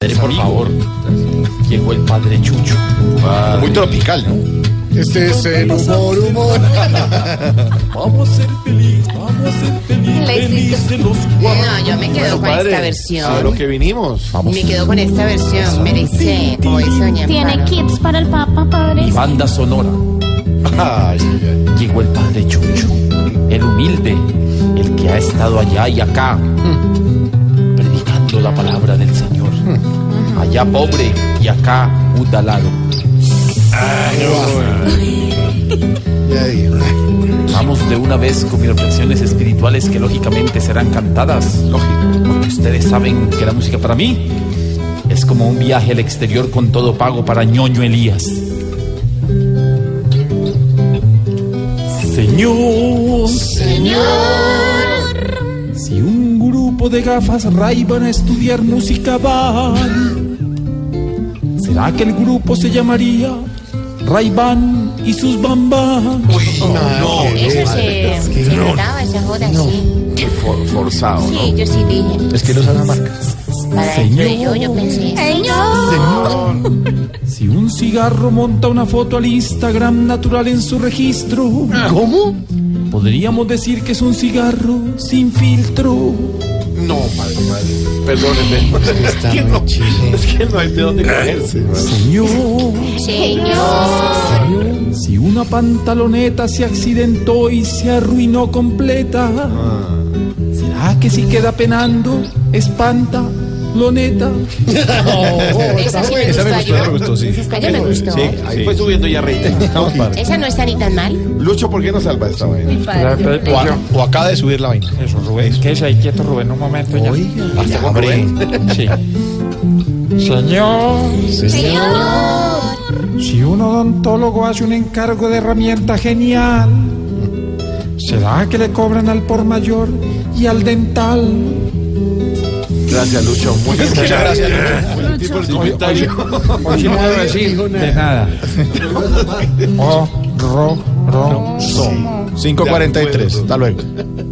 Por favor, llegó el padre Chucho. Muy tropical, ¿no? Este es el humor, humor. Vamos a ser feliz, vamos a ser feliz, Leicito. feliz de los cuatro. No, yo me quedo con esta A versión. lo que vinimos. Me quedo con esta versión. Me dice, hoy soñé. Tiene Amparo. kits para el papá, padre. Y banda sonora. Ay, ay, Llegó el padre Chucho, el humilde, el que ha estado allá y acá, predicando la palabra del Señor. Allá pobre y acá udalado. Ya digo. Vamos de una vez con mis reflexiones espirituales que lógicamente serán cantadas. Lógico. Porque ustedes saben que la música para mí es como un viaje al exterior con todo pago para ñoño Elías. Señor, si un grupo de gafas Ray van a estudiar música van, ¿será que el grupo se llamaría Ray Van y sus bambas? Eso se, se notaba, esa joda, sí. ay. For- forzado, ¿no? Sí, yo sí dije. Es que no sabe marca. Para dentro de yo, yo pensé. Si un cigarro monta una foto al Instagram natural en su registro, ¿Cómo? podríamos decir que es un cigarro sin filtro. No, padre, padre. Perdónenme. Está muy chile. Es que no hay de dónde caerse. Señor, Señor. si una pantaloneta se accidentó y se arruinó completa, ¿será que si queda penando, espanta, loneta? Esa sí me gustó. yo- sí. Esa me gustó. Ahí fue subiendo ya rey. Estamos padre. Esa no está ni tan mal. Lucho, ¿por qué no salva esta vaina? O, Eso, a- o acaba de subir la vaina. Rubén. ¿Qué es ahí quieto, Rubén? Un momento ya. Hasta con Rubén. Sí. Señor, Si un odontólogo hace un encargo de herramienta genial, ¿será que le cobran al por mayor y al dental? Gracias, Lucho. Muy bien. Muchas gracias, Lucho. Buen tipo el comentario. hoy sí no debo decir de nada. Oh, O, ro, ro. Son 5.43. Hasta luego.